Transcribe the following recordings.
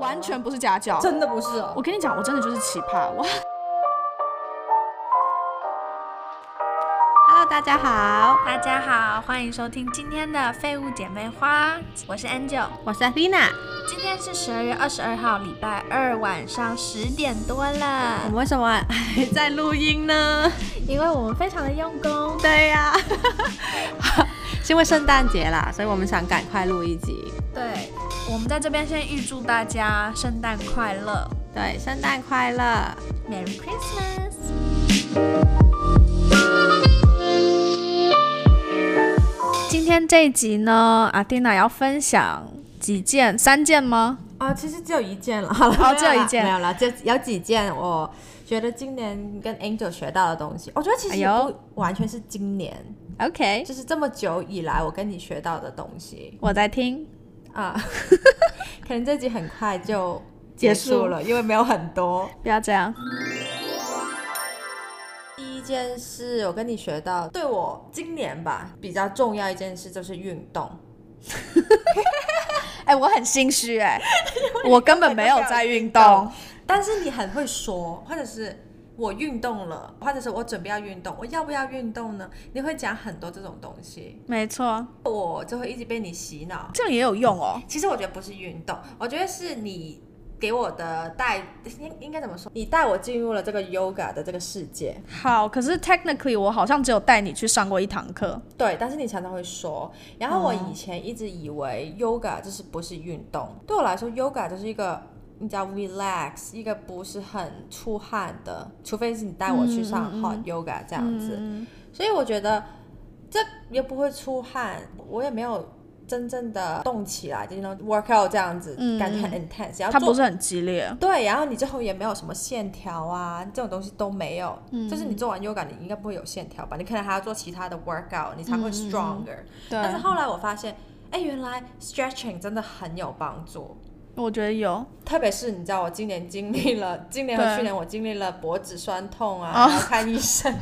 完全不是家教。真的不是哦。我跟你讲，我真的就是奇葩。我 Hello，大家好，大家好，欢迎收听今天的《废物姐妹花》，我是 Angel。我是 Fina，今天是十二月二十二号，礼拜二晚上十点多我了们，为什么还在录音呢？因为我们非常的用功。对呀、 是因为圣诞节啦，所以我们想赶快录一集。对，我们在这边先预祝大家圣诞快乐对，圣诞快乐！ ，Merry Christmas。今天这一集呢，阿蒂娜要分享几件，三件吗？啊，其实只有一件了，好了，哦没只有啦一件没有了，就有几件我觉得今年跟 Angel 学到的东西，我觉得其实哎也呦不完全是今年， OK，就是这么久以来我跟你学到的东西我在听。 啊，可能这集很快就结结束束了，因为没有很多。不要这样。第一件事我跟你学到，对我今年吧比较重要一件事就是运动，哎、我很心虚 哎、我根本没有在运动。但是你很会说，或者是我运动了，或者是我准备要运动，我要不要运动呢？你会讲很多这种东西，没错，我就会一直被你洗脑。这样也有用哦。其实我觉得不是运动，我觉得是你给我的带，应应该怎么说？你带我进入了这个 yoga 的这个世界，好，可是 technically 我好像只有带你去上过一堂课。对。但是你常常会说，然后我以前一直以为 yoga 就是不是运动，对我来说 yoga 就是一个。你知道 relax 一个不是很出汗的，除非是你带我去上 hot yoga 这样子，嗯，所以我觉得这也不会出汗，我也没有真正的动起来，就那种 workout 这样子，嗯感觉很 intense。然后它做不是很激烈。对，然后你最后也没有什么线条啊，这种东西都没有。就是你做完 yoga，你应该不会有线条吧？你可能还要做其他的 workout，你才会 stronger、但是后来我发现，哎，原来 stretching 真的很有帮助。我觉得有。特别是你知道，我今年经历了，今年对和去年我经历了脖子酸痛啊，哦然后看医生，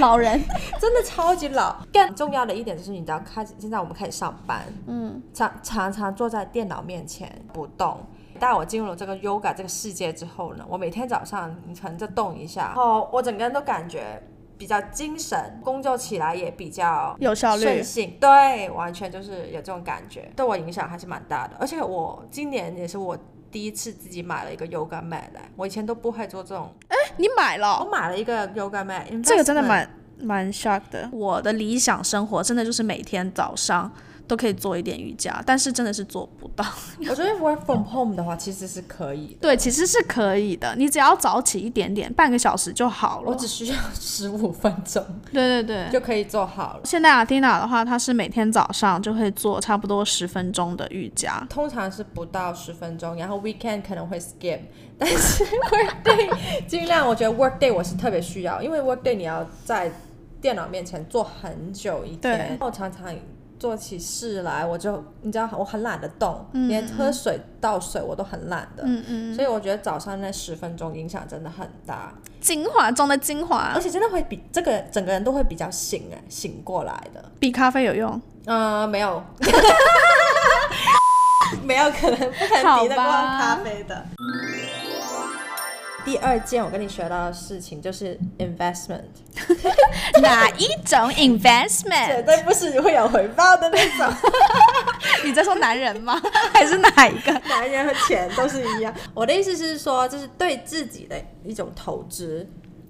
老人，真的超级老。更重要的一点就是，你知道，开始现在我们开始上班，嗯，常常常坐在电脑面前不动。带我进入了这个 yoga 这个世界之后呢，我每天早上你可能就动一下，哦，我整个人都感觉比较精神，工作起来也比较有效率顺性，对，完全就是有这种感觉，对我影响还是蛮大的。而且我今年也是我第一次自己买了一个 yoga mat，来我以前都不会做这种，你买了我哦？买了一个 yoga mat，这个真的 investment 蛮蛮 shock 的。我的理想生活真的就是每天早上都可以做一点瑜伽，但是真的是做不到。我觉得 work from home 的话其实是可以的， 对，其实是可以的，你只要早起一点点，半个小时就好了。我只需要十五分钟对对对，就可以做好了。现在阿蒂娜的话，她是每天早上就会做差不多十分钟的瑜伽。通常是不到十分钟，然后 weekend 可能会 skip，但 是 workday 尽量我觉得 workday 我是特别需要，因为 workday 你要在电脑面前坐很久一天，我常常做起事来我就你知道我很懒得动，连喝水倒水我都很懒的，嗯嗯，所以我觉得早上那十分钟影响真的很大，精华中的精华而，且真的会比这个整个人都会比较醒哎醒过来的。比咖啡有用。呃，没有， 没有可能不可能好敌得过吧咖啡的。第二件我跟你学到的事情就是 investment， 哪一种绝 investment？对不是会有回报的那种， 你在说男人 吗？还是哪一个？男人和钱都是一样。我的意思是说，就是对自己的一种投资，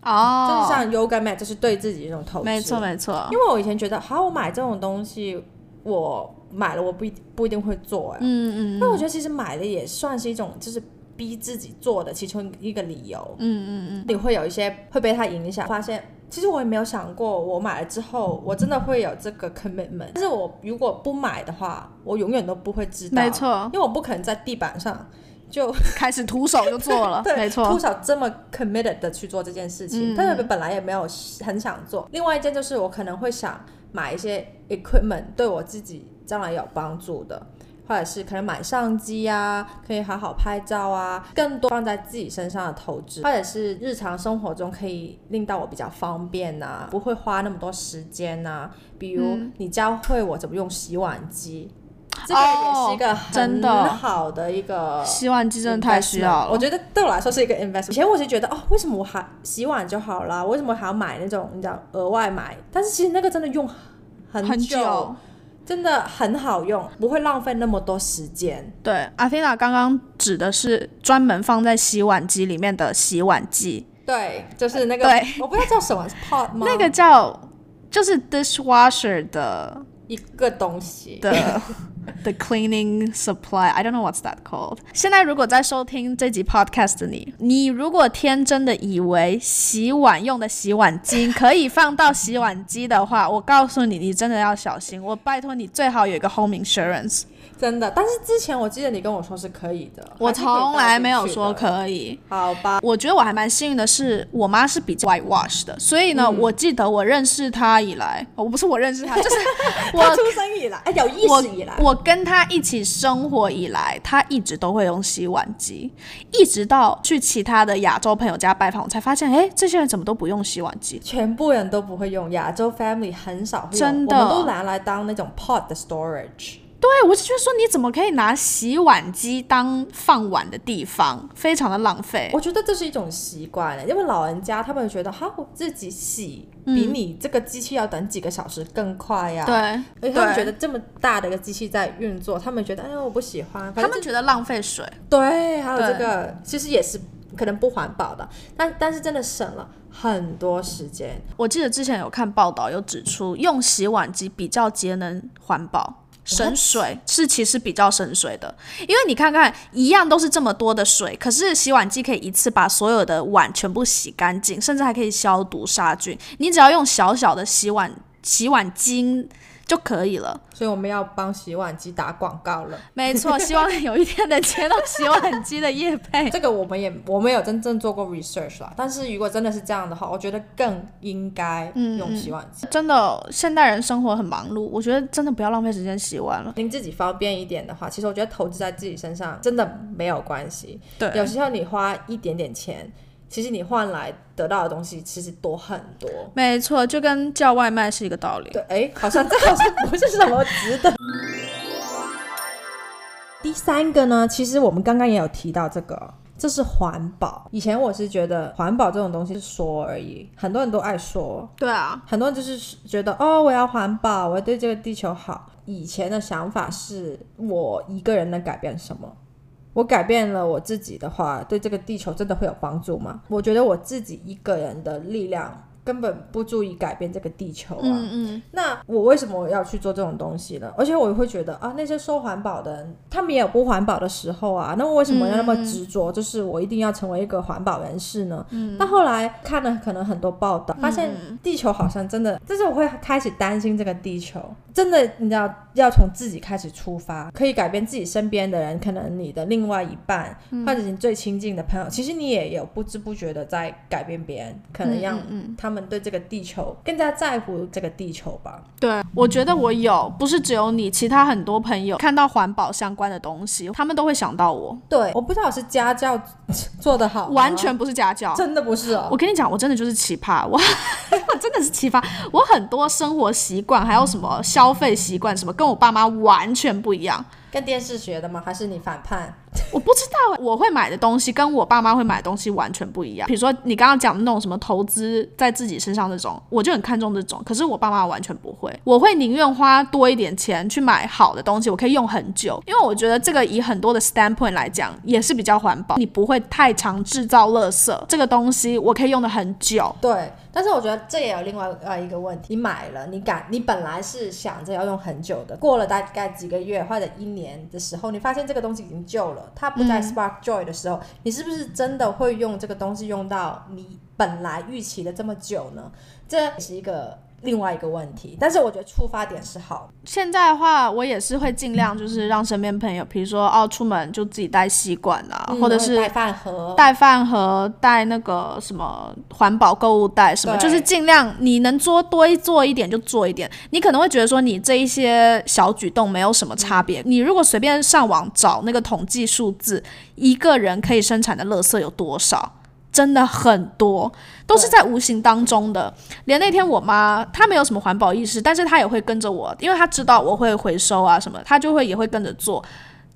就是哦，像 yoga mat，就是对自己一种投资。没错没错因。为我以前觉得，好，我买这种东西，我买了我不一不一定会做、哎，嗯嗯那我觉得其实买的也算是一种，就是逼自己做的其中一个理由。嗯嗯嗯，你会有一些会被它影响，发现其实我也没有想过，我买了之后我真的会有这个 commitment。但是我如果不买的话，我永远都不会知道。没错因为我不可能在地板上就，开始徒手就做了 对没徒错。手这么 committed 的去做这件事嗯情，但是本来也没有很想做。另外一件就是我可能会想买一些 equipment 对我自己将来有帮助的。或者是可能买相机啊，可以好好拍照啊，更多放在自己身上的投资，或者是日常生活中可以令到我比较方便呐、不啊嗯会花那么多时间呐、比如你教会我怎么用洗碗机，这个也哦是一个真很的好的一个洗碗机真的太需要 investment 了。我觉得对我来说是一个 investment。以前我就觉得哦，为什么我还洗碗就好啦？为什么还要买那种你知道额外买？但是其实那个真的用很很久，久真的很好用，不会浪费那么多时间。对，阿菲娜刚刚指的是专门放在洗碗机里面的洗碗机，呃对，就是那个，对我不知道叫什么 pot 吗？那个叫就是 dishwasher 的一个东西， 的 the cleaning supply，I don't know what's that called。现在如果在收听这集 podcast 的你，你如果天真的以为洗碗用的洗碗巾可以放到洗碗机的话，我告诉你，你真的要小心。我拜托你最好有一个 home insurance。真的。但是之前我记得你跟我说是可以的，我还是可以带从来没有进去说的。可以。好吧，我觉得我还蛮幸运的是，我妈是比较 whitewash 的，所以呢，嗯我记得我认识她以来，哦我不是我认识她，就是 他我出生以来，哎，有意我识以来，我跟她一起生活以来，她一直都会用洗碗机，一直到去其他的亚洲朋友家拜访，我才发现，哎，这些人怎么都不用洗碗机？全部人都不会用，亚洲 family 很少会用，真的我们都拿来当那种 pot 的 storage。对，我就觉得说，你怎么可以拿洗碗机当放碗的地方？非常的浪费。我觉得这是一种习惯欸了，因为老人家他们觉得哈，我自己洗比你这个机器要等几个小时更快呀、，嗯对，而且他们对觉得这么大的一个机器在运作，他们觉得哎呀我不喜欢，反他正们觉就得浪费水。对，还有对这个其实也是可能不环保的，但但是真的省了很多时间。我记得之前有看报道，有指出用洗碗机比较节能环保。省水是其实比较省水的，因为你看看一样都是这么多的水，可是洗碗机可以一次把所有的碗全部洗干净，甚至还可以消毒杀菌。你只要用小小的洗碗洗碗巾就可以了。所以我们要帮洗碗机打广告了，没 错，希望有一天能接到洗碗机的业配。 这个我们也我们有真正做过 research 啦，但是如果真的是这样的话，我觉得更应该用洗碗机。 嗯真的，哦现代人生活很忙碌，我觉得真的不要浪费时间洗碗了。您自己方便一点的话，其实我觉得投资在自己身上真的没有关系。对有时候你花一点点钱，其实你换来得到的东西其实多很多。没错，就跟叫外卖是一个道理。对，哎，好像这好像不是什么值得。 第三个呢，其实我们刚刚也有提到这个，这是环保。以前我是觉得环保这种东西是说而已，很多人都爱说，对啊，很多人就是觉得哦，我要环保，我要对这个地球好。以前的想法是我一个人能改变什么？我改变了我自己的话，对这个地球真的会有帮助吗？我觉得我自己一个人的力量根本不足以改变这个地球啊。嗯，那我为什么要去做这种东西呢？而且我会觉得啊，那些说环保的人，他们也有不环保的时候啊。那我为什么要那么执嗯着？就是我一定要成为一个环保人士呢？嗯。但后来看了可能很多报道，发现嗯地球好像真的，就是我会开始担心这个地球，真的，你知道，要从自己开始出发，可以改变自己身边的人，可能你的另外一半，嗯或者你最亲近的朋友，其实你也有不知不觉的在改变别人，可嗯能让他们对这个地球更加在乎这个地球吧。对，我觉得我有，不是只有你，其他很多朋友看到环保相关的东西，他们都会想到我。对，我不知道是家教 做的好吗，完全不是家教，真的不是哦我。跟你讲，我真的就是奇葩，我 我真的是奇葩，我很多生活习惯，还有什么消费习惯，什么跟我爸妈完全不一样。跟电视学的吗？还是你反叛？我不知道欸我会买的东西跟我爸妈会买的东西完全不一样。比如说你刚刚讲的那种什么投资在自己身上那种，我就很看重这种，可是我爸妈完全不会。我会宁愿花多一点钱去买好的东西，我可以用很久，因为我觉得这个以很多的 standpoint 来讲也是比较环保，你不会太常制造垃圾，这个东西我可以用的很久。对，但是我觉得这也有另外呃一个问题，你买了，你敢，你本来是想着要用很久的，过了大概几个月或者一年的时候，你发现这个东西已经旧了，它不嗯再 spark joy 的时候，你是不是真的会用这个东西用到你本来预期的这么久呢？这也是一个另外一个问题，但是我觉得出发点是好的，现在的话，我也是会尽量就是让身边朋友，比如说哦出门就自己带吸管啊，或者是带饭盒，带饭盒、带那个什么环保购物袋什么，对就是尽量你能做多一做一点就做一点。你可能会觉得说你这一些小举动没有什么差别，你如果随便上网找那个统计数字，一个人可以生产的垃圾有多少？真的很多，都是在无形当中的。连那天我妈她没有什么环保意识，但是她也会跟着我，因为她知道我会回收啊什么，她就会也会跟着做。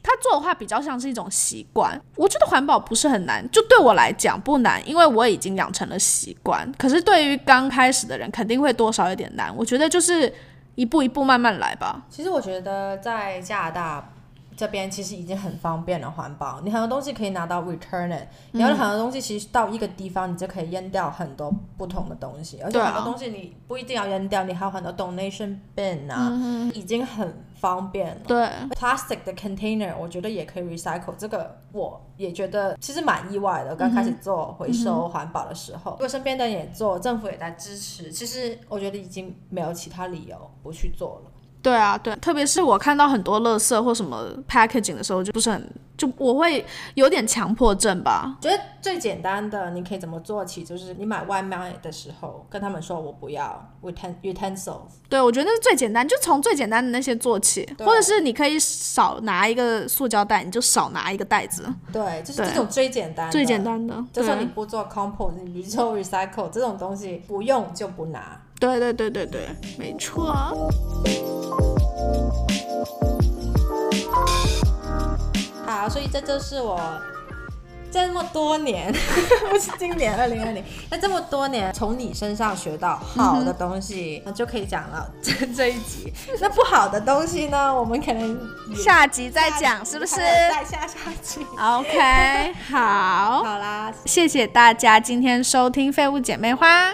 她做的话比较像是一种习惯，我觉得环保不是很难，就对我来讲不难，因为我已经养成了习惯。可是对于刚开始的人，肯定会多少有点难。我觉得就是一步一步慢慢来吧。其实我觉得在加拿大这边其实已经很方便了，环保，你很多东西可以拿到 return 嗯 it，然后很多东西其实到一个地方你就可以扔掉很多不同的东西，而且对啊很多东西你不一定要扔掉，你还有很多 donation bin 啊，已经很方便了。嗯对， plastic 的 container，我觉得也可以 recycle。这个我也觉得其实蛮意外的。刚开始做回收环保的时候，嗯因为身边的人也做，政府也在支持，其实我觉得已经没有其他理由不去做了。对啊，对，特别是我看到很多垃圾或什么 packaging 的时候，就不是很，就我会有点强迫症吧。我觉得最简单的，你可以怎么做起，就是你买外卖的时候，跟他们说我不要 uten- utensils，对，我觉得那是最简单，就从最简单的那些做起，对或者是你可以少拿一个塑胶袋，你就少拿一个袋子，对，就是对这种最简单的，最简。单嗯的。就对算你不做 compost，你不做 recycle 这种东西，不用就不拿。对对对对对，没错。好，所以这就是我这么多年， 不是今年二零二零，那这么多年从你身上学到好的东嗯西，那就可以讲了这这一集。那不好的东西呢，我们可能也下集再讲，是不是再下下集。 ？OK，好，好啦，谢谢大家今天收听《废物姐妹花》，